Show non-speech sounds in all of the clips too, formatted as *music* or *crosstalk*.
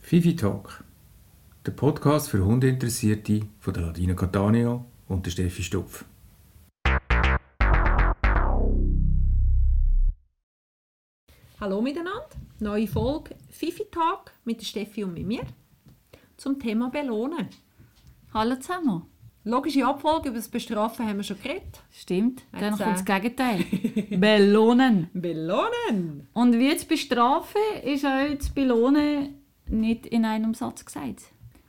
Fifi Talk, der Podcast für Hundeinteressierte von der Ladina Catania und der Steffi Stupf. Hallo miteinander, neue Folge Fifi Talk mit der Steffi und mit mir zum Thema Belohnen. Hallo zusammen. Logische Abfolge über das Bestrafen haben wir schon geredet. Stimmt, dann Jetzt, äh. kommt das Gegenteil. *laughs* Belohnen. Belohnen! Und wie zu bestrafen, ist auch zu belohnen nicht in einem Satz gesagt.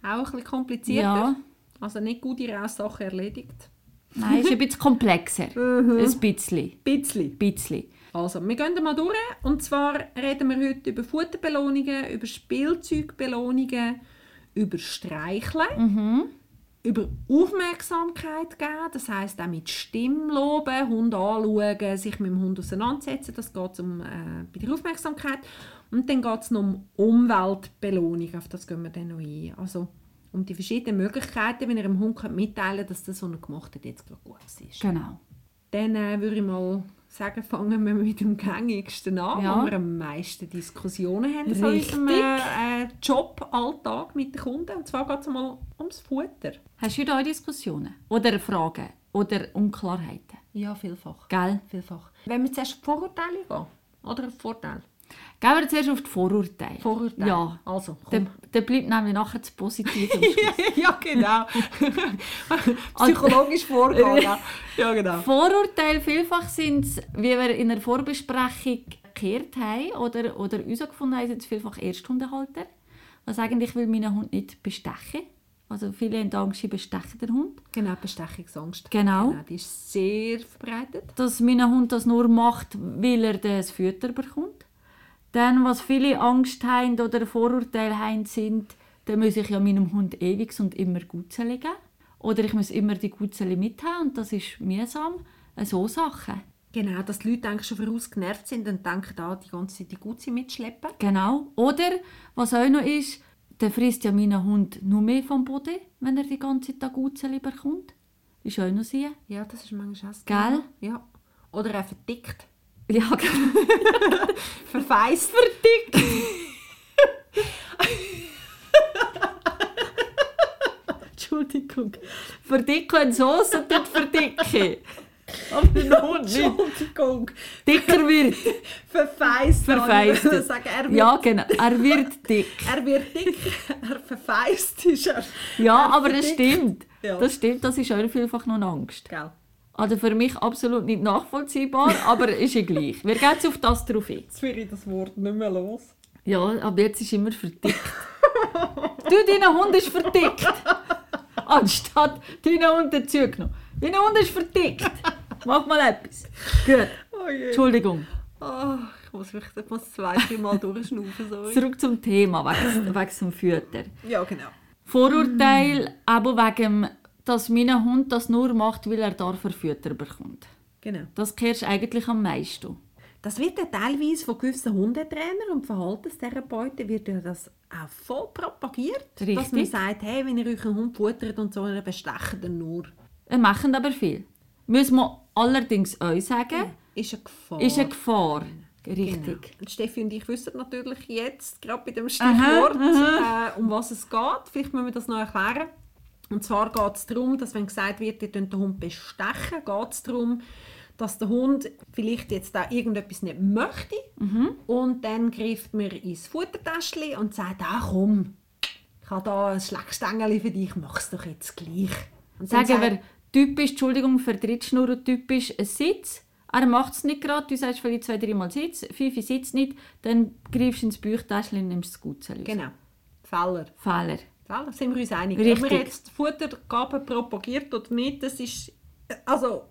Auch ein bisschen komplizierter. Ja. Also nicht gute Restsachen erledigt. Nein, ist ein *laughs* bisschen komplexer. Mhm. ein bisschen. Bisschen. bisschen. Also, wir gehen da mal durch. Und zwar reden wir heute über Futterbelohnungen, über Spielzeugbelohnungen, über Streicheln, über Aufmerksamkeit geben, das heisst auch mit Stimme loben, Hund anschauen, sich mit dem Hund auseinandersetzen, das geht um, äh, bei der Aufmerksamkeit. Und dann geht es noch um Umweltbelohnung, auf das gehen wir dann noch ein. Also um die verschiedenen Möglichkeiten, wenn ihr dem Hund könnt mitteilen könnt, dass das, was er gemacht hat, jetzt gerade gut ist. Genau. Dann äh, würde ich mal sagen, fangen wir mit dem gängigsten an, Ja. wo wir am meisten Diskussionen haben. So in Richtig. unserem äh, äh, Joballtag mit den Kunden. Und zwar geht es mal ums Futter. Hast du heute auch Diskussionen? Oder Fragen? Oder Unklarheiten? Ja, vielfach. Gell? vielfach. Wenn wir zuerst auf die Vorurteile gehen, oder auf Vorteil? Gehen wir zuerst auf die Vorurteile. Vorurteile. Ja. Also, Dann, komm. dann bleibt nämlich nachher das Positive. am *laughs* Schluss. ja, *laughs* genau. Psychologisch vorgehen. ja. ja, genau. Vorurteile vielfach sind es, wie wir in der Vorbesprechung gekehrt haben oder, oder herausgefunden haben, sind es vielfach Ersthundehalter, die sagen, ich will meinen Hund nicht bestechen. Also viele haben Angst, sie bestechen den Hund. Genau, Bestechungsangst. Genau. genau. Die ist sehr verbreitet. Dass mein Hund das nur macht, weil er das Futter bekommt. Dann, was viele Angst haben oder Vorurteile haben, sind, dann muss ich ja meinem Hund ewig und immer Gutzeli geben. Oder ich muss immer die Gutzeli mithaben und das ist mühsam. So Sachen. Genau, dass die Leute eigentlich schon voraus genervt sind und denken, ah, die ganze Zeit die Gutsi mitschleppen. Genau. Oder, was auch noch ist, der frisst ja meinen Hund nur mehr vom Boden, wenn er die ganze Zeit Gutzeli bekommt. Ist auch noch sie. *laughs* Ja, das ist manchmal auch das Gell? Thema. Ja. Oder auch verdickt. Ja, genau. Verfeist. *laughs* Verdickt. Entschuldigung. Verdicken und Soße tut verdicken. Aber der Hund nicht Entschuldigung. dicker wird, Verfeist. verfeist. Ich würde sagen, *laughs* er wird, ja, genau. Er wird dick. er wird dick. *laughs* er verfeist ist er. Ja, Er aber das verdickt. stimmt. Ja. Das stimmt, das ist auch vielfach noch eine Angst. Gell. Also für mich absolut nicht nachvollziehbar, aber ist ja gleich. Wir gehen jetzt auf das drauf ein. Jetzt werde ich das Wort nicht mehr los. Ja, aber jetzt ist immer verdickt. du, dein Hund ist verdickt. Anstatt deinen Hund dazu genommen. Dein Hund ist verdickt. Mach mal etwas. Gut. Oh je. Entschuldigung. Oh, ich muss mich ich muss zwei, drei Mal *laughs* durchschnaufen. Sorry. Zurück zum Thema, wegen, wegen dem Fütter. Ja, genau. Vorurteil, aber wegen, dem, dass mein Hund das nur macht, weil er dafür Fütter bekommt. Genau. Das kehrst eigentlich am meisten. Das wird ja teilweise von gewissen Hundetrainern und Verhaltenstherapeuten wird ja das auch voll propagiert. Dass Richtig. man sagt, hey, wenn ihr euren Hund futtert und so, dann bestechen dann nur. Er machen aber viel. Müssen wir allerdings auch sagen, Ist eine Gefahr. ist eine Gefahr. Richtig. Genau. Und Steffi und ich wissen natürlich jetzt, gerade bei dem Stichwort, äh, um was es geht. Vielleicht müssen wir das noch erklären. Und zwar geht es darum, dass wenn gesagt wird, ihr könnt den Hund bestechen, geht es darum, dass der Hund vielleicht jetzt da irgendetwas nicht möchte Mhm. und dann greift man ins Futtertäschchen und sagt, ah komm, ich habe da ein Schleckstängel für dich, mach's doch jetzt gleich. Und dann Sagen sagt- wir, typisch, Entschuldigung, für Drittschnur typisch ein Sitz. Er macht es nicht gerade, du sagst vielleicht zwei, dreimal Sitz, fünf sitzt nicht, dann greifst du ins Büchtäschchen und nimmst das Gutzeli. Genau, Feller. Fehler. Gell, Da sind wir uns einig. Richtig. Ob man jetzt Futtergaben propagiert oder nicht, das ist. Also,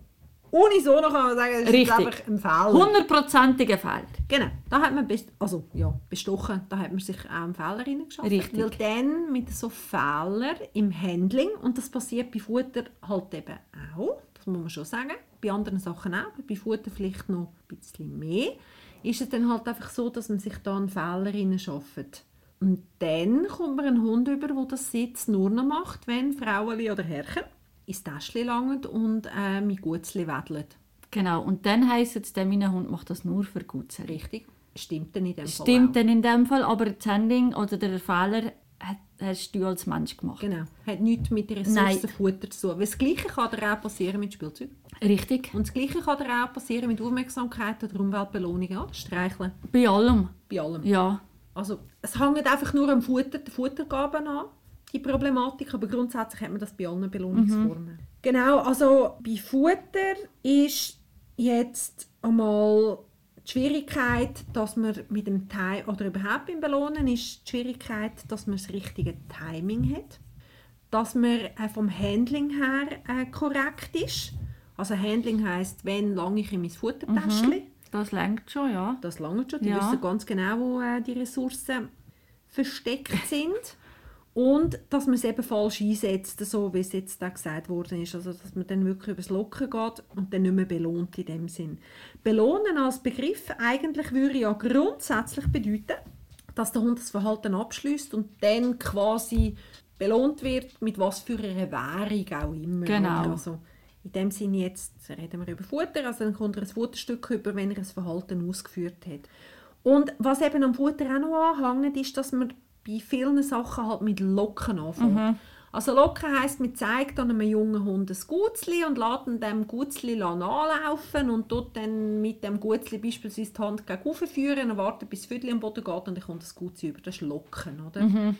ohne so noch kann man sagen, das ist Richtig. einfach ein Fehler. Hundertprozentiger Fehler. genau, da hat man best also, ja, bestochen, da hat man sich auch einen Fehler reingeschafft. Richtig. Weil dann mit so Fehlern im Handling, und das passiert bei Futter halt eben auch, das muss man schon sagen, bei anderen Sachen auch, aber bei Futter vielleicht noch ein bisschen mehr, ist es dann halt einfach so, dass man sich da einen Fehler reinschafft. Und dann kommt man einen Hund über, der das Sitz nur noch macht, wenn Frauen oder Herrchen ins Täschchen langen und äh, mit Gutzli wedeln. Genau, und dann heisst es, dann, mein Hund macht das nur für Gutzeli. Richtig. stimmt dann in dem Fall Stimmt auch. dann in dem Fall, aber das Handling oder der Fehler hat- hast du als Mensch gemacht. Genau. Hat nichts mit Ressourcenfutter zu tun. Weil das Gleiche kann dir auch passieren mit Spielzeug. Richtig. Und das Gleiche kann dir auch passieren mit Aufmerksamkeit oder Umweltbelohnung. Ja, streicheln. Bei allem. Bei allem. Ja. Also, es hängt einfach nur am Futter, der Futtergabe an, die Problematik, aber grundsätzlich hat man das bei allen Belohnungsformen. Genau, also bei Futter ist jetzt einmal die Schwierigkeit, dass man mit dem Timing, oder überhaupt beim Belohnen, ist die Schwierigkeit, dass man das richtige Timing hat, dass man äh, vom Handling her äh, korrekt ist. Also Handling heißt, wenn lange ich in mein Futtertäschchen Das lenkt schon, ja. das lange schon. Die Ja. wissen ganz genau, wo äh, die Ressourcen versteckt sind. Und dass man es eben falsch einsetzt, so wie es jetzt da gesagt worden ist. Also, dass man dann wirklich übers Locken geht und dann nicht mehr belohnt in dem Sinn. Belohnen als Begriff eigentlich würde ja grundsätzlich bedeuten, dass der Hund das Verhalten abschließt und dann quasi belohnt wird, mit was für einer Währung auch immer. Genau. oder? Also, in dem Sinne jetzt reden wir über Futter, also dann kommt er ein Futterstück über, wenn er ein Verhalten ausgeführt hat. Und was eben am Futter auch noch anhängt, ist, dass man bei vielen Sachen halt mit Locken anfängt. Also Locken heisst, man zeigt dann einem jungen Hund ein Gutzli und lässt ihn dem Gutzli anlaufen und tut dann mit dem Gutzli beispielsweise die Hand gegen oben führen und wartet, bis das Füdli am Boden geht und dann kommt das Gutzli über. Das ist Locken, oder?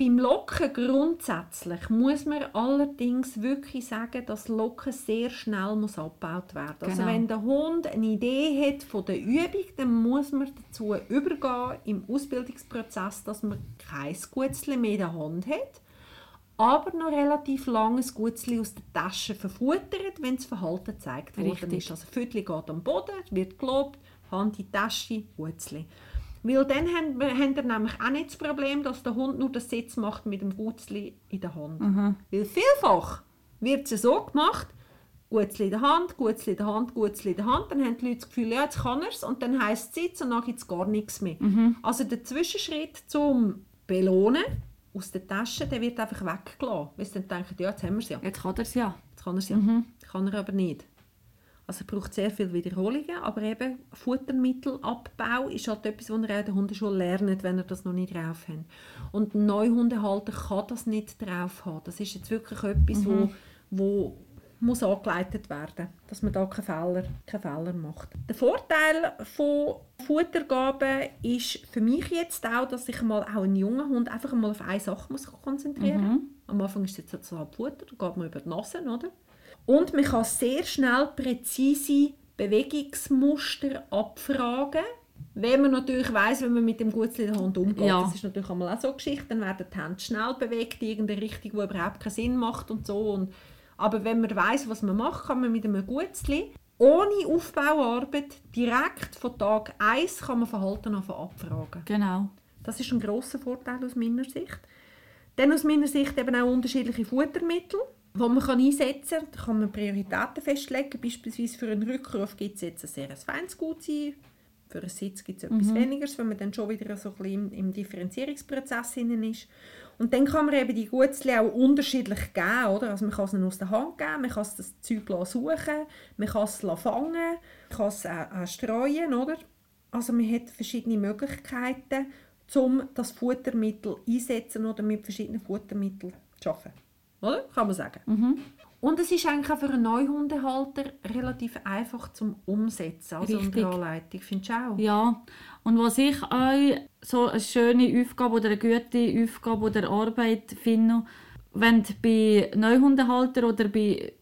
Beim Locken grundsätzlich muss man allerdings wirklich sagen, dass Locken sehr schnell muss abgebaut werden Also Genau. wenn der Hund eine Idee hat von der Übung, dann muss man dazu übergehen im Ausbildungsprozess, dass man kein Gutzli mehr in der Hand hat, aber noch relativ langes Gutzli aus der Tasche verfuttert, wenn das Verhalten gezeigt worden Richtig. ist. Also Füdli geht am Boden, wird gelobt, Hand in die Tasche, Gutzli. Weil dann haben wir haben wir nämlich auch nicht das Problem, dass der Hund nur den Sitz macht mit dem Gutzli in der Hand. Weil vielfach wird es so gemacht, Gutzli in der Hand, Gutzli in der Hand, Gutzli in der Hand. Dann haben die Leute das Gefühl, ja, jetzt kann er es. Und dann heisst es Sitz und dann gibt es gar nichts mehr. Also der Zwischenschritt zum Belohnen aus der Tasche, der wird einfach weggelassen. Weil sie dann denken, ja, jetzt haben wir es ja. Jetzt kann er es ja. Jetzt kann er es ja. Kann er aber nicht. Also es braucht sehr viele Wiederholungen, aber eben Futtermittelabbau ist halt etwas, was ihr auch den Hunden schon lernt, wenn ihr das noch nicht drauf habt. Und ein Neuhundehalter kann das nicht drauf haben. Das ist jetzt wirklich etwas, wo, wo muss angeleitet werden, dass man da keine Fehler, keine Fehler macht. Der Vorteil von Futtergaben ist für mich jetzt auch, dass ich mal auch einen jungen Hund einfach mal auf eine Sache muss konzentrieren muss. Am Anfang ist es jetzt das Halbfutter, da geht man über die Nase, oder? Und man kann sehr schnell präzise Bewegungsmuster abfragen, wenn man natürlich weiß, wenn man mit dem Gutzli in der Hand umgeht. Ja. Das ist natürlich einmal auch so eine Geschichte. Dann werden die Hände schnell bewegt, in irgendeine Richtung, die überhaupt keinen Sinn macht und so. Und, aber wenn man weiß, was man macht, kann man mit einem Gutzli ohne Aufbauarbeit direkt von Tag 1 kann man Verhalten anfangen abfragen. Genau. Das ist ein großer Vorteil aus meiner Sicht. Dann aus meiner Sicht eben auch unterschiedliche Futtermittel, die man kann einsetzen kann. Da kann man Prioritäten festlegen. Beispielsweise für einen Rückruf gibt es jetzt ein sehr feines Gutsein. Für einen Sitz gibt es etwas weniger, wenn man dann schon wieder so ein bisschen im, im Differenzierungsprozess hinein ist. Und dann kann man eben die Gutzli auch unterschiedlich geben. Oder? Also man kann es ihnen aus der Hand geben, man kann es das Zeug lassen suchen, man kann es lassen fangen, man kann es auch, auch streuen. Oder? Also man hat verschiedene Möglichkeiten, um das Futtermittel einsetzen oder mit verschiedenen Futtermitteln zu arbeiten. Oder? Kann man sagen. Mhm. Und es ist eigentlich auch für einen Neuhundehalter relativ einfach zum Umsetzen. Also Richtig. unter Anleitung, findest du auch? Ja, und was ich euch so eine schöne Aufgabe oder eine gute Aufgabe oder Arbeit finde, wenn du bei Neuhundehalter oder bei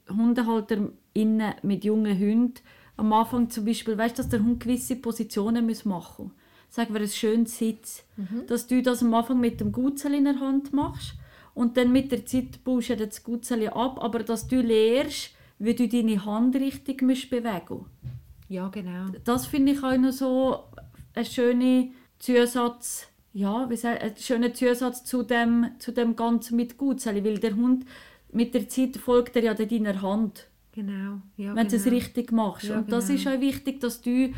HundehalterInnen mit jungen Hunden am Anfang zum Beispiel, weißt du, dass der Hund gewisse Positionen muss machen muss. Sagen wir, ein schönes Sitz. Dass du das am Anfang mit dem Gutzel in der Hand machst und dann mit der Zeit baust du das Gutzel ab, aber dass du lernst, wie du deine Hand richtig musst bewegen musst Ja, genau. das finde ich auch noch so ein schöner Zusatz, ja, wie sag, ein schöner Zusatz zu dem, zu dem Ganzen mit Gutzeli, weil der Hund mit der Zeit folgt er ja dann deiner Hand, genau. Ja, wenn du es genau. richtig machst. Ja, Und das genau. ist auch wichtig, dass du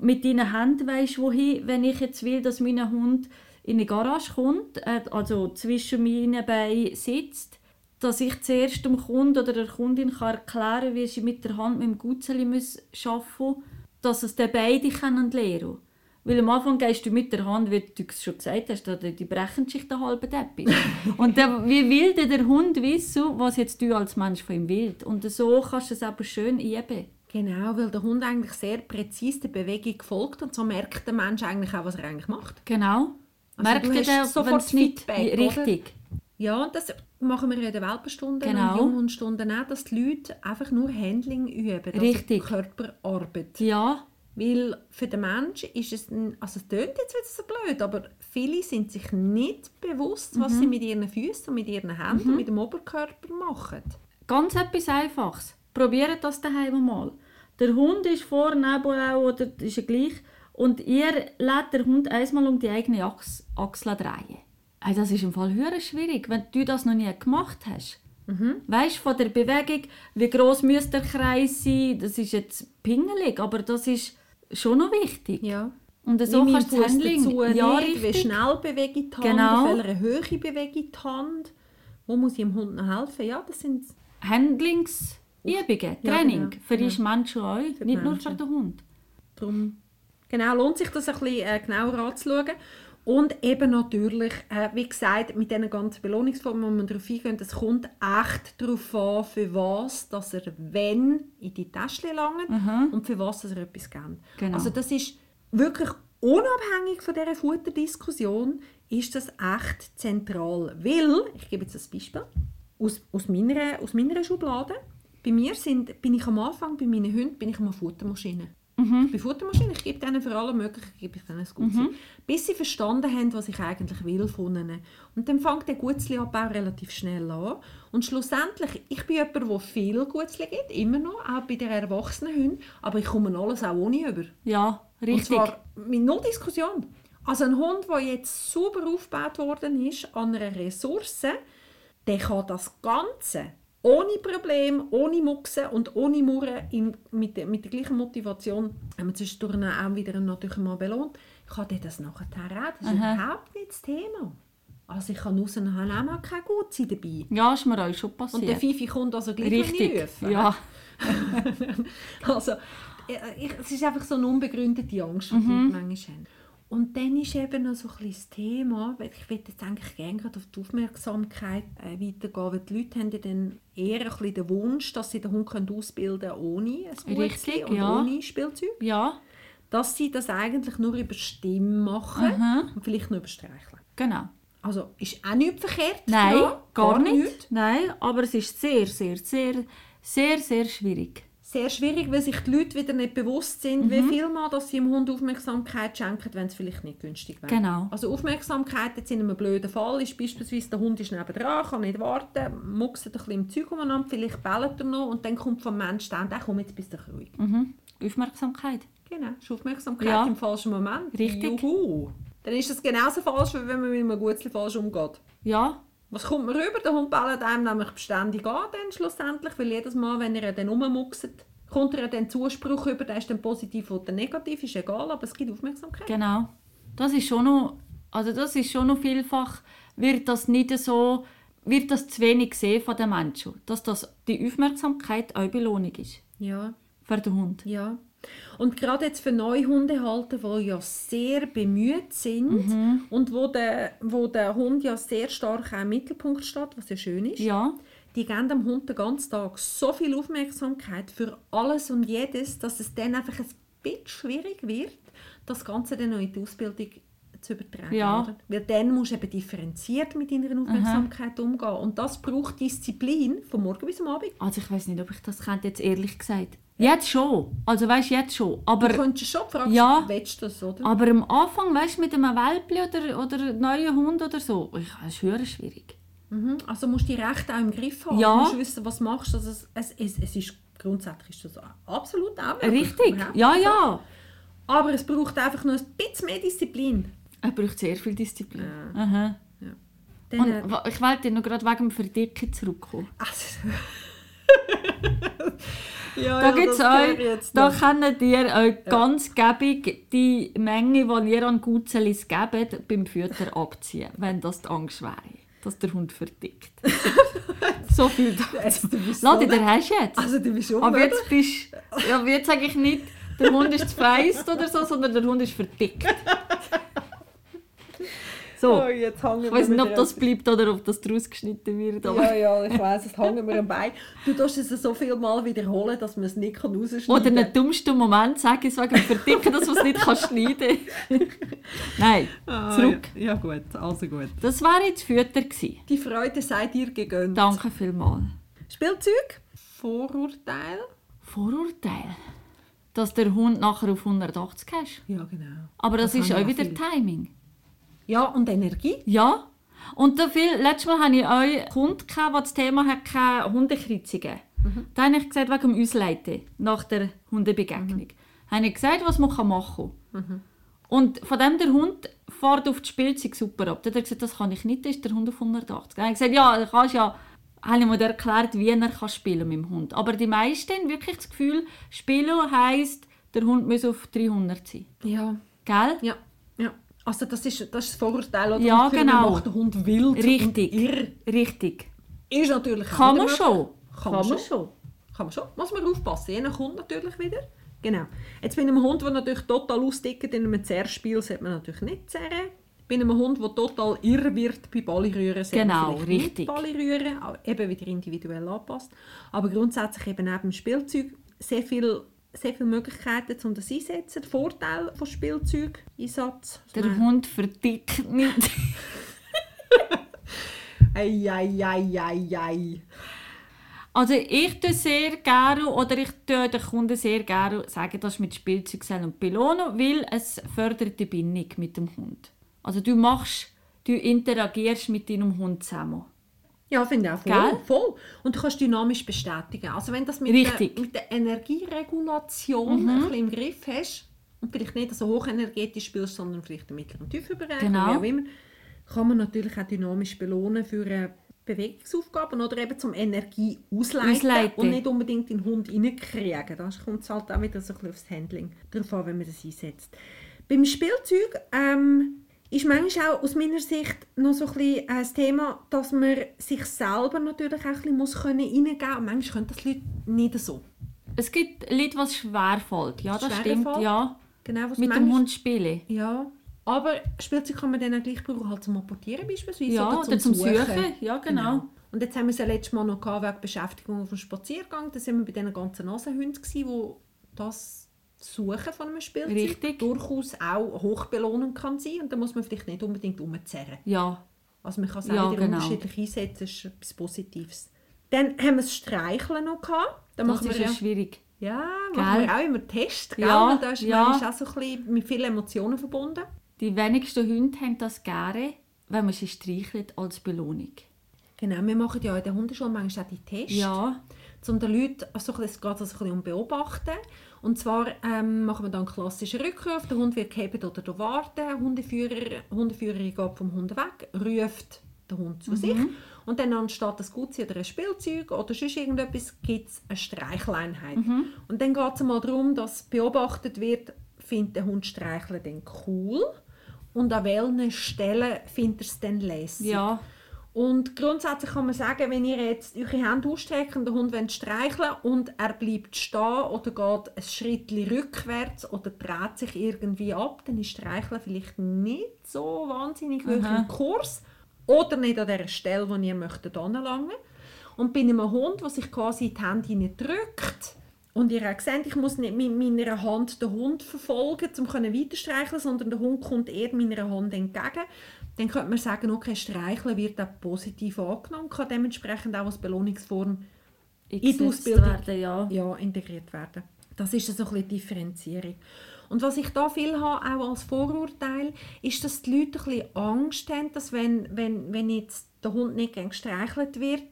mit deinen Händen weißt, wohin, wenn ich jetzt will, dass mein Hund in die Garage kommt, äh, also zwischen meinen Beinen sitzt, dass ich zuerst dem Kunden oder der Kundin kann erklären kann, wie ich mit der Hand mit dem Gutzeli muss arbeiten muss, dass es dann beide können lernen Weil am Anfang gehst du mit der Hand, wie du es schon gesagt hast, da die brechen sich den halben Teppich. *laughs* und dann, wie will denn der Hund wissen, was jetzt du als Mensch von ihm willst? Und so kannst du es aber schön üben. Genau, weil der Hund eigentlich sehr präzise der Bewegung folgt und so merkt der Mensch eigentlich auch, was er eigentlich macht. Genau. Also Merkt du ihr hast das, sofort wenn's nicht Feedback, richtig Ja, und das machen wir ja in den Welpenstunden Genau. und Junghundstunden auch, dass die Leute einfach nur Handling üben, also Richtig. Körperarbeit. Ja, Weil für den Menschen ist es, ein, also es tönt jetzt wieder so blöd, aber viele sind sich nicht bewusst, Mhm. was sie mit ihren Füßen und mit ihren Händen und mit dem Oberkörper machen. ganz etwas Einfaches. Probiert das daheim mal. Der Hund ist vor, neben auch, oder ist ja gleich. Und ihr lädt den Hund einmal um die eigene Achs Achsel drehen. Also das ist im Fall höher schwierig, wenn du das noch nie gemacht hast. Mhm. Weißt von der Bewegung, wie groß müsste der Kreis sein? Das ist jetzt pingelig, aber das ist schon noch wichtig. Ja. Und so Nimm kannst du meinen das Fuss dazu Handling. Ja, nicht, wie richtig. schnell bewege ich die Hand, Genau. auf welcher Höhe bewege ich die Hand, wo muss ich dem Hund noch helfen. Ja, das sind Handlingsübungen, Ja, Training. genau, Für genau. die Menschen auch, nicht die nur Menschen. für den Hund. Darum genau, lohnt sich das ein bisschen äh, genauer anzuschauen. Und eben natürlich, äh, wie gesagt, mit diesen ganzen Belohnungsformen, wo man darauf eingeht, es kommt echt darauf an, für was dass er wenn in die Tasche langt Aha. und für was dass er etwas gibt. Genau. Also das ist wirklich unabhängig von dieser Futterdiskussion, ist das echt zentral. Weil, ich gebe jetzt ein Beispiel, aus, aus, meiner, aus meiner Schublade, bei mir sind, bin ich am Anfang, bei meinen Hunden, bin ich am Futtermaschine. Bei Futtermaschinen, ich gebe denen für alle möglichen, gebe ich denen ein Gutzli. Bis sie verstanden haben, was ich eigentlich will von ihnen. Und dann fängt der Gutzli-Abbau relativ schnell an. Und schlussendlich, ich bin jemand, der viel Gutzli gibt, immer noch, auch bei den erwachsenen Hunden, aber ich komme alles auch ohne über. Ja, richtig. Und zwar mit null Diskussion. Also ein Hund, der jetzt super aufgebaut worden ist an einer Ressource, der kann das Ganze ohne Problem, ohne Mucksen und ohne Murren in, mit, der- mit der gleichen Motivation, wenn man zwischendurch auch wieder natürlich mal belohnt, kann der das nachher auch. Das ist Aha. überhaupt nicht das Thema. Also ich kann raus und habe auch mal keine Gutsein dabei. Ja, ist mir auch schon Und der passiert. Fifi kommt also gleich wenn ich Richtig, rufe. ja. *laughs* also, äh, ich, es ist einfach so eine unbegründete Angst, die die Mhm. Leute manchmal haben. Und dann ist eben noch so ein bisschen das Thema, weil ich würde jetzt eigentlich gerne gerade auf die Aufmerksamkeit äh, weitergehen, weil die Leute haben ja dann eher ein bisschen den Wunsch, dass sie den Hund können ausbilden können ohne ein Richtig, Gutzli und ja. ohne Spielzeug. Ja, Dass sie das eigentlich nur über Stimme machen Aha. und vielleicht noch über Streicheln. genau. Also ist auch nicht verkehrt. Nein, daran, gar nicht. Nein, aber es ist sehr, sehr, sehr, sehr, sehr schwierig. sehr schwierig, weil sich die Leute wieder nicht bewusst sind, Mhm. wie viel mal dass sie dem Hund Aufmerksamkeit schenken, wenn es vielleicht nicht günstig wäre. Genau. Also Aufmerksamkeit jetzt in einem blöden Fall ist beispielsweise, der Hund ist nebendran, kann nicht warten, muckst ein bisschen im Zeug umeinander, vielleicht bellt er noch und dann kommt vom Mensch der Hand, «Ach, komm, jetzt bist du ruhig. Mhm. Aufmerksamkeit. Genau, ist Aufmerksamkeit Ja. im falschen Moment. Richtig. Juhu. Dann ist das genauso falsch, wie wenn man mit einem Gutzli falsch umgeht. Ja, Was kommt man rüber? Der Hund bellt einem nämlich beständig an, dann schlussendlich, weil jedes Mal, wenn er dann rummuckset, kommt er dann Zuspruch über, der ist dann positiv oder negativ, ist egal, aber es gibt Aufmerksamkeit. genau. Das ist schon noch, also das ist schon noch vielfach, wird das nicht so, wird das zu wenig gesehen von den Menschen, dass das die Aufmerksamkeit auch Belohnung ist Ja, für den Hund. ja. Und gerade jetzt für neue Hundehalter, die ja sehr bemüht sind und wo der, wo der Hund ja sehr stark auch im Mittelpunkt steht, was ja schön ist, Ja, die geben dem Hund den ganzen Tag so viel Aufmerksamkeit für alles und jedes, dass es dann einfach ein bisschen schwierig wird, das Ganze dann noch in die Ausbildung zu übertragen. Ja. Oder? Weil dann musst du eben differenziert mit deiner Aufmerksamkeit umgehen. Und das braucht Disziplin vom Morgen bis zum Abend. also ich weiß nicht, ob ich das könnte, jetzt ehrlich gesagt. Jetzt schon, also weißt jetzt schon, aber... Du könntest schon fragen, Ja. Ah. willst du das, oder? Aber am Anfang, weißt du, mit einem Welpli oder, oder neuen Hund oder so, ich, das ist höher schwierig. Mhm. Also musst du die Rechte auch im Griff haben. Ja. Du musst wissen, was machst du. Also es, es, es, es ist grundsätzlich ist das absolut auch möglich. Richtig, Überhaupt ja, nicht. ja. Aber es braucht einfach nur ein bisschen mehr Disziplin. Er braucht sehr viel Disziplin. Ja. Aha. Dann, äh, Und wa- ich wollte noch gerade wegen dem Verdicken zurückkommen. Also. *laughs* ja, Da, ja, gibt's das höre ich euch, jetzt da noch. kennt ihr euch ganz gäbig die Menge, die ihr an Gutzelis gebt, beim Fütter abziehen, wenn das die Angst wäre, dass der Hund *laughs* verdickt. so viel dazu. Jetzt, du bist so Lade, ne- der hast du jetzt. Also du bist Aber unmöglich. jetzt bist ja, aber jetzt sage ich nicht, der Hund ist feist oder so, sondern der Hund ist verdickt. So, jetzt hängen ich weiß nicht, ob das bleibt oder ob das draus geschnitten wird. Aber. Ja, ja, ich weiss, es hängen wir am Bein. Du darfst es so viel Mal wiederholen, dass man es nicht kann rausschneiden kann. Oder einen dummsten Moment sage ich es wegen dem Verdicken, dass man es nicht kann schneiden Nein, Ah, zurück. Ja. ja, gut, also gut. Das war jetzt Fütter. Gewesen. Die Freude sei dir gegönnt. Danke vielmals. Spielzeug? Vorurteil? Vorurteil, dass der Hund nachher auf 180 hast. Ja, genau. Aber das, Das ist haben ja auch wieder viele. Timing. Ja, und Energie? Ja. Und da viel, letztes Mal hatte ich auch einen Kunden, gehabt, der das Thema hatte, Hundekreuzungen. Da habe ich gesagt, wegen dem Ausleiten nach der Hundebegegnung. habe ich gesagt, was man kann machen kann. Und von dem der Hund fährt auf die Spielzeug super ab. Dann hat er gesagt, das kann ich nicht, da ist der Hund auf 180. Dann habe ich gesagt, ja, du kannst ja... Habe ich mir dann erklärt, wie er kann spielen mit dem Hund. Aber die meisten haben wirklich das Gefühl, spielen heisst, der Hund muss auf 300 sein. Ja. Gell? Ja, ja. Also das ist das, ist das Vorurteil, oder? Ja, Und Filme genau. macht den Hund wild Richtig. und irr. Richtig. Ist natürlich Kann wieder man schon. möglich. Kann, man schon. Kann man schon. Muss man aufpassen. Je nach Hund natürlich wieder. Genau. Jetzt bei einem Hund, der natürlich total austickt in einem Zerspiel, sollte man natürlich nicht zerren. Bei einem Hund, der total irr wird bei Ballrühren, sollte man Genau, vielleicht richtig. nicht Ballrühren, auch eben wieder individuell anpasst. Aber grundsätzlich eben neben dem Spielzeug sehr viel sehr viele Möglichkeiten, um das einsetzen. Der Vorteil von Spielzeug, Einsatz. Der Hund verdickt nicht. *laughs* Ei, ei, ei, ei, ei. Also ich tue sehr gerne oder ich tue den Kunden sehr gerne sagen, das ist mit Spielzeug sein und belohnen, weil es fördert die Bindung mit dem Hund. Also du machst, du interagierst mit deinem Hund zusammen. Ja, finde ich auch voll, Gell? voll. Und du kannst dynamisch bestätigen. Also wenn das mit, Richtig. Mhm. Der, mit der Energieregulation ein bisschen im Griff hast und vielleicht nicht so hochenergetisch spielst, sondern vielleicht im mittleren Tiefenbereich, Genau. wie auch immer, kann man natürlich auch dynamisch belohnen für äh, Bewegungsaufgaben oder eben zum Energie ausleiten, Ausleiten. und nicht unbedingt in den Hund reinkriegen. Da kommt es halt auch wieder so ein bisschen aufs Handling drauf an, wenn man das einsetzt. Beim Spielzeug ähm, ist manchmal auch aus meiner Sicht noch so ein bisschen äh, das Thema, dass man sich selber natürlich auch ein bisschen muss können reingeben muss. Und manchmal können das Leute nicht so. Es gibt Leute, was schwerfällt. Ja, das stimmt. Schwerfällt? Ja, Genau, was mit dem manchmal- Hund spielen. Ja, aber Spielzeug kann man dann auch gleich brauchen, halt zum Apportieren beispielsweise. Ja, oder zum Suchen. Ja, genau. Und jetzt haben wir es ja letztes Mal noch gehabt, wegen Beschäftigung auf dem Spaziergang. Da sind wir bei diesen ganzen Nasenhunden, gewesen, wo das Suchen von einem Spielzeug Richtig. durchaus auch hochbelohnend kann sein. Und da muss man vielleicht nicht unbedingt umzerren. Ja, Also man kann es Ja, auch wieder genau. unterschiedlich einsetzen, das ist etwas Positives. Dann haben wir das Streicheln noch gehabt. Da das machen wir ist ja, ja schwierig. ja machen Gell? wir auch immer Tests, gell? Ja, Weil da ist ja. manchmal auch so ein bisschen mit vielen Emotionen verbunden. Die wenigsten Hunde haben das gerne, wenn man sie streichelt als Belohnung. Genau, wir machen ja in der Hundeschule manchmal auch die Tests, Ja, um den Leuten, also es geht also ein bisschen um Beobachten. Und zwar ähm, machen wir dann einen klassischen Rückruf, der Hund wird gehalten oder da warten, Hundeführer, Hundeführerin geht vom Hund weg, ruft den Hund zu sich und dann anstatt ein Gutzi oder ein Spielzeug oder sonst irgendetwas gibt es eine Streichleinheit. Und dann geht es mal darum, dass beobachtet wird, findet der Hund Streicheln denn cool und an welchen Stellen findet er es denn lässig. ja. Und grundsätzlich kann man sagen, wenn ihr jetzt eure Hände ausstreckt und den Hund wollt streicheln und er bleibt stehen oder geht ein Schritt rückwärts oder dreht sich irgendwie ab, dann ist Streicheln vielleicht nicht so wahnsinnig hoch Aha. im Kurs oder nicht an der Stelle, wo ihr möchtet anlangen. Und bei einem Hund, der sich quasi in die Hände hineindrückt und ihr auch seht, ich muss nicht mit meiner Hand den Hund verfolgen, um weiterstreicheln, sondern der Hund kommt eher meiner Hand entgegen, dann könnte man sagen, okay, Streicheln wird auch positiv angenommen und kann dementsprechend auch als Belohnungsform in die eingesetzt Ausbildung. werden, ja. ja, integriert werden. Das ist so ein bisschen die Differenzierung. Und was ich da viel habe, auch als Vorurteil, ist, dass die Leute ein bisschen Angst haben, dass wenn, wenn, wenn jetzt der Hund nicht gern gestreichelt wird,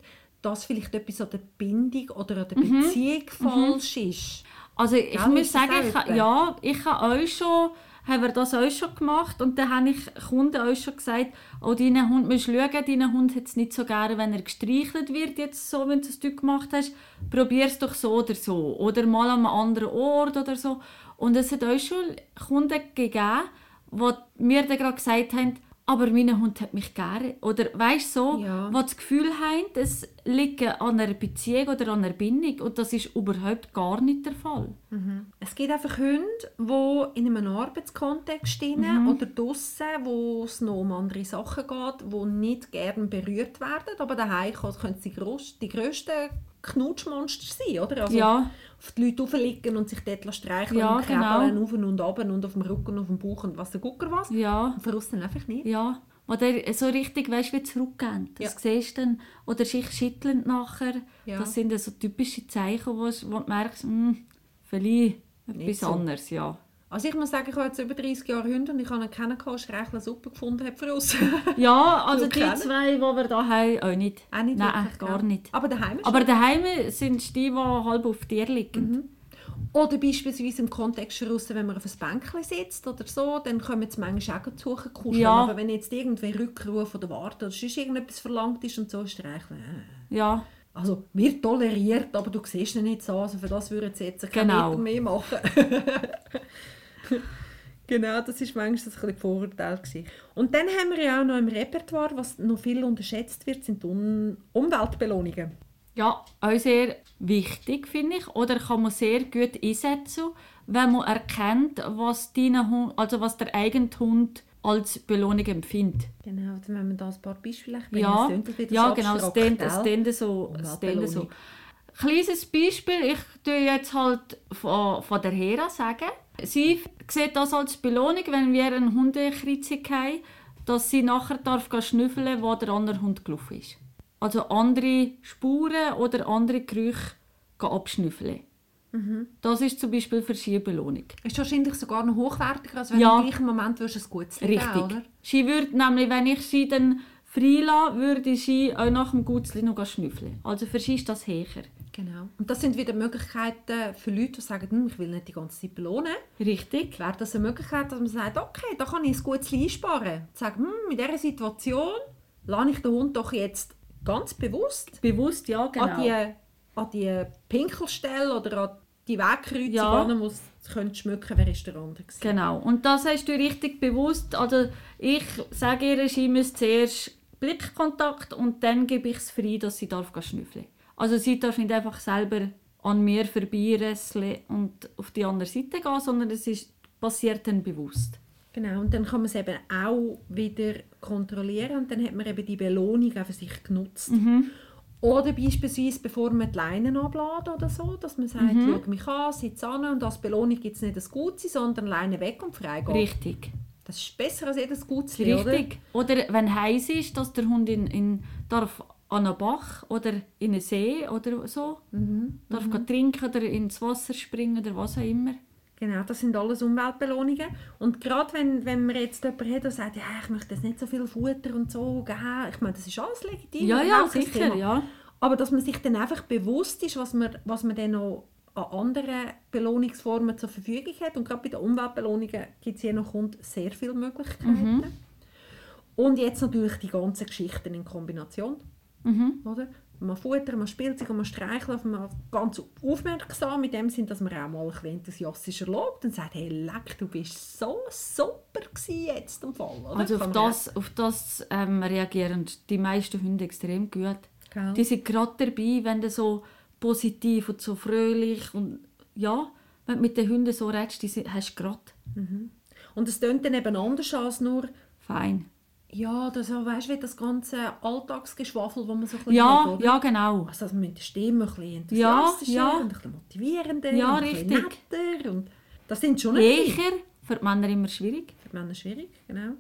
dass vielleicht etwas an der Bindung oder an der Beziehung falsch ist. Also ich Gell, muss ist das sagen, auch ich, ha- etwa? ja, ich habe euch schon, haben wir das euch schon gemacht und dann habe ich Kunden euch schon gesagt, oh, deinen Hund musst du schauen, deinen Hund hat es nicht so gerne, wenn er gestreichelt wird, jetzt so, wenn du es gemacht hast, probier es doch so oder so oder mal an einem anderen Ort oder so. Und es hat euch schon Kunden gegeben, die mir dann gerade gesagt haben, aber mein Hund hat mich gerne. Oder weißt du, so, Ja. wo das Gefühl haben, es liegt an einer Beziehung oder an einer Bindung. Und das ist überhaupt gar nicht der Fall. Es gibt einfach Hunde, die in einem Arbeitskontext mhm. oder draussen, wo es noch um andere Sachen geht, die nicht gern berührt werden, aber daheim können sie gross- die grössten Knutschmonster sein, oder? Also Ja. auf die Leute raufliegen und sich dort streicheln Ja, und krabbeln, genau. auf und ab und auf dem Rücken und auf dem Bauch und was der Gucker was. Ja. Und verrussen einfach nicht. Ja, wo der so richtig weißt, wie zurückgehen. Das siehst du dann. Oder sich schüttelnd nachher. Ja. Das sind dann so typische Zeichen, wo du wo du merkst, hm, vielleicht etwas so. anderes. Ja. Also ich muss sagen, ich habe jetzt über 30 Jahre Hunde und ich habe einen kennengelernt, der Streicheln super gefunden hat für uns. ja, also Zu die kennen? zwei, die wir hier haben, auch nicht. *laughs* Auch nicht Nein, wirklich, gar gell? nicht. Aber daheim ist Mhm. Aber daheim sind es die, die halb auf dir liegen. Oder beispielsweise im Kontext draussen, wenn man auf ein Bänkchen sitzt oder so, dann kommen jetzt manchmal auch suchen, kuscheln. Ja. Aber wenn jetzt irgendwie Rückruf oder Warten oder sonst irgendetwas verlangt ist und so, ist er eigentlich... äh. Ja. Also, wir toleriert, aber du siehst ihn nicht so. Also für das würden sie jetzt keinen Genau. Meter mehr machen. *laughs* genau, das ist manchmal so ein bisschen Vorurteil. Gewesen. Und dann haben wir ja auch noch im Repertoire, was noch viel unterschätzt wird, sind die Un Umweltbelohnungen. Ja, auch sehr wichtig, finde ich. Oder kann man sehr gut einsetzen, wenn man erkennt, was, dein Hund, also was der eigene Hund als Belohnung empfindet. Genau, dann haben wir da ein paar Beispiele. Ich meine, Ja, es tönt wieder ja so genau, es abstrakt, klingt, es gell? klingt so. Es Umweltbelohnung. klingt so. Kleines Beispiel, ich tue jetzt halt von, von der Hera sagen. Sie sieht das als Belohnung, wenn wir einen Hundekritzig haben, dass sie nachher darf gehen schnüffeln, wo der andere Hund gelaufen ist. Also andere Spuren oder andere Gerüche gehen abschnüffeln. Das ist zum Beispiel für sie eine Belohnung. Ist wahrscheinlich sogar noch hochwertiger, als wenn Ja. du im gleichen Moment würdest ein gutes Lied Richtig. geben, oder? Sie würde nämlich, wenn ich sie dann freilasse, würde ich sie auch nach dem Gutzli noch schnüffeln. Also für sie ist das hecher. Genau. Und das sind wieder Möglichkeiten für Leute, die sagen, «Hm, ich will nicht die ganze Zeit belohnen. Richtig. Wäre das eine Möglichkeit, dass man sagt, okay, da kann ich ein gutes Lied sparen. Und sagen, hm, in dieser Situation lasse ich den Hund doch jetzt ganz bewusst Bewusst, ja, an genau. Ah, die, äh, an die Pinkelstelle oder an die Wegkreuzung Ja. ja. muss könnte schmücken, wer ist der andere gewesen. Genau. Und das hast du richtig bewusst. Also ich sage ihr, sie muss zuerst Blickkontakt und dann gebe ich es frei, dass sie darf gehen schnüffeln Also sie darf nicht einfach selber an mir vorbeiresseln und auf die andere Seite gehen, sondern es ist, passiert dann bewusst. Genau, und dann kann man es eben auch wieder kontrollieren und dann hat man eben die Belohnung auch für sich genutzt. Mhm. Oder beispielsweise, bevor man die Leinen abladen oder so, dass man sagt, Mhm. schau mich an, sitz an und als Belohnung gibt es nicht das Gutsein, sondern Leine weg und freigehen. Richtig. Das ist besser als jedes Gutsein, oder? Richtig. Oder, wenn heiß ist, dass der Hund in, in, darf an einen Bach oder in einen See oder so Mhm, darf gehen trinken oder ins Wasser springen oder was auch immer. Genau, das sind alles Umweltbelohnungen. Und gerade wenn, wenn man jetzt jemanden hat, der sagt, ja, ich möchte jetzt nicht so viel Futter und so geben, ich meine, das ist alles legitim. Ja, ja, überhaupt kein sicher, ja. Aber dass man sich dann einfach bewusst ist, was man, was man dann noch an anderen Belohnungsformen zur Verfügung hat. Und gerade bei den Umweltbelohnungen gibt es je nach Hund sehr viele Möglichkeiten. Mhm. Und jetzt natürlich die ganzen Geschichten in Kombination. Mhm. Oder? Man futtert, man spielt sich, und man streichelt, man ganz aufmerksam in dem Sinn, dass man auch mal ein bisschen enthusiastisch erlaubt und sagt, hey, leck, du bist so super gewesen jetzt im Fall. Oder? Also auf Kann man ja- das, auf das ähm, reagieren die meisten Hunde extrem gut. Gell. Die sind gerade dabei, wenn du so positiv und so fröhlich und ja, wenn du mit den Hunden so redest, die sind, hast du gerade Und es tönt dann eben anders als nur, fein. Ja, das weißt du, das ganze Alltagsgeschwafel, das man so ein bisschen hat, Ja, halt, oder? ja, genau. Also dass man mit der Stimme ein bisschen enthusiastischer ja. und ein bisschen motivierender Ja, und ein bisschen richtig. netter. Und das sind schon ein Hecher, für die Männer immer schwierig. Für die Männer schwierig, genau. Ein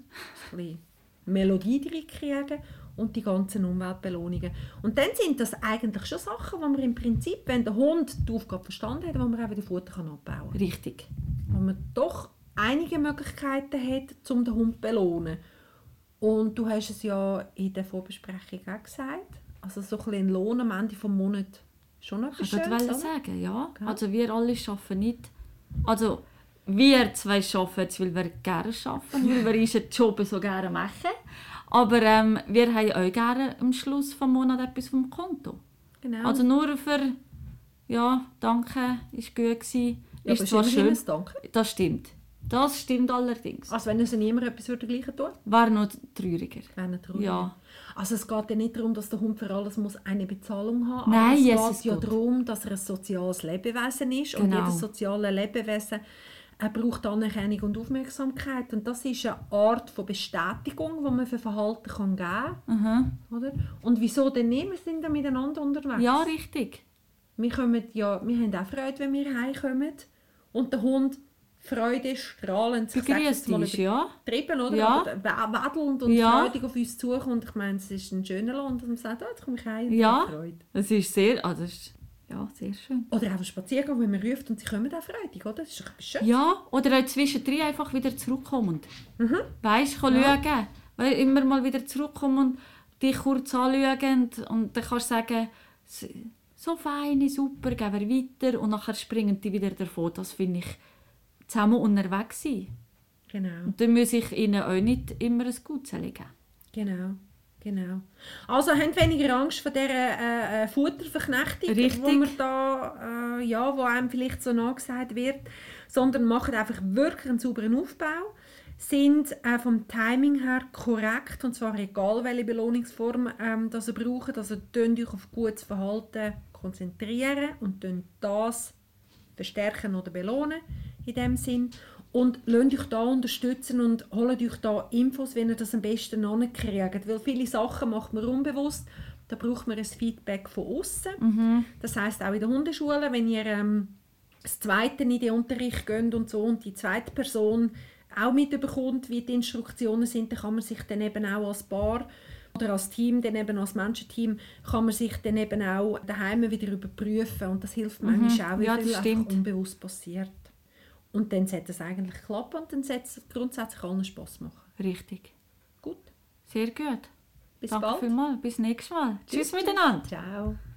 bisschen Melodie drin kriegen und die ganzen Umweltbelohnungen. Und dann sind das eigentlich schon Sachen, die man im Prinzip, wenn der Hund die Aufgabe verstanden hat, wo man auch wieder Futter kann abbauen kann. Richtig. Wo man doch einige Möglichkeiten hat, um den Hund zu belohnen. Und du hast es ja in der Vorbesprechung auch gesagt. Also so ein bisschen ein Lohn am Ende des Monats schon etwas Ich Ah, wollte Schönes, gerade oder? sagen, ja. Gell? Also wir alle arbeiten nicht. Also wir zwei arbeiten jetzt, weil wir gerne arbeiten, weil wir unseren Job so gerne machen. Aber ähm, wir haben auch gerne am Schluss des Monats etwas vom Konto. Genau. Also nur für, ja, danke, ist gut gewesen. ja, ist ist zwar schön, Danke. das stimmt. Das stimmt allerdings. Also wenn es niemand etwas würde gleichen tun, Wäre noch trauriger. wäre nicht traurig. Ja. Also es geht ja nicht darum, dass der Hund für alles muss eine Bezahlung haben Nein, aber es Jesus geht ja Gott. darum, dass er ein soziales Lebewesen ist und Genau. jedes soziale Lebewesen er braucht Anerkennung und Aufmerksamkeit und das ist eine Art von Bestätigung, die man für Verhalten kann geben Aha. kann. Oder? Und wieso denn nicht? Wir sind ja miteinander unterwegs. Ja, richtig. Wir, kommen ja, wir haben auch Freude, wenn wir heimkommen. Und der Hund, Freude ist strahlend. Ich sag Begrüßt jetzt mal dich, ja. übertrieben, oder? Ja. Aber wä- Wedelnd und Ja. freudig auf uns zukommt. Ich meine, es ist ein schöner Land. Und man sagt, ah, jetzt komme ich heim und Ja. habe Freude. Es ist sehr, also es ist, ja, sehr schön. Oder einfach spazieren gehen, wenn man ruft und sie kommen auch freudig, oder? Das ist doch etwas schön. Ja, oder auch zwischendrin einfach wieder zurückkommen. Mhm. Weißt du, ja. schauen. Weil immer mal wieder zurückkommen und dich kurz anschauen und, und dann kannst du sagen, «S- so feine, super, gehen wir weiter und nachher springen die wieder davon. Das finde ich zusammen unterwegs sein. Genau, Und dann muss ich ihnen auch nicht immer ein Gutschen legen. genau, genau. Also habt weniger Angst vor dieser äh, äh, Futterverknechtung, Richtig. wo man da, äh, ja, wo einem vielleicht so nachgesagt wird, sondern macht einfach wirklich einen sauberen Aufbau. Sind äh, vom Timing her korrekt, und zwar egal welche Belohnungsform ähm, das ihr braucht. Also könnt euch auf gutes Verhalten konzentrieren und könnt das verstärken oder belohnen in dem Sinn. Und lasst euch da unterstützen und holt euch da Infos, wenn ihr das am besten hinkriegt. Weil viele Sachen macht man unbewusst. Da braucht man ein Feedback von außen. Das heißt auch in der Hundeschule, wenn ihr ähm, das Zweite in den Unterricht geht und so und die zweite Person auch mitbekommt, wie die Instruktionen sind, dann kann man sich dann eben auch als Paar oder als Team, dann eben als Menschenteam, kann man sich dann eben auch daheim wieder überprüfen und das hilft manchmal auch, wie Mhm. Ja, das viel stimmt. einfach unbewusst passiert. Und dann sollte es eigentlich klappen und dann sollte es grundsätzlich allen Spass machen. Richtig. Gut, Sehr gut. bis Danke bald. vielmals. Bis nächstes Mal. Tschüss Tschüss. miteinander. Ciao.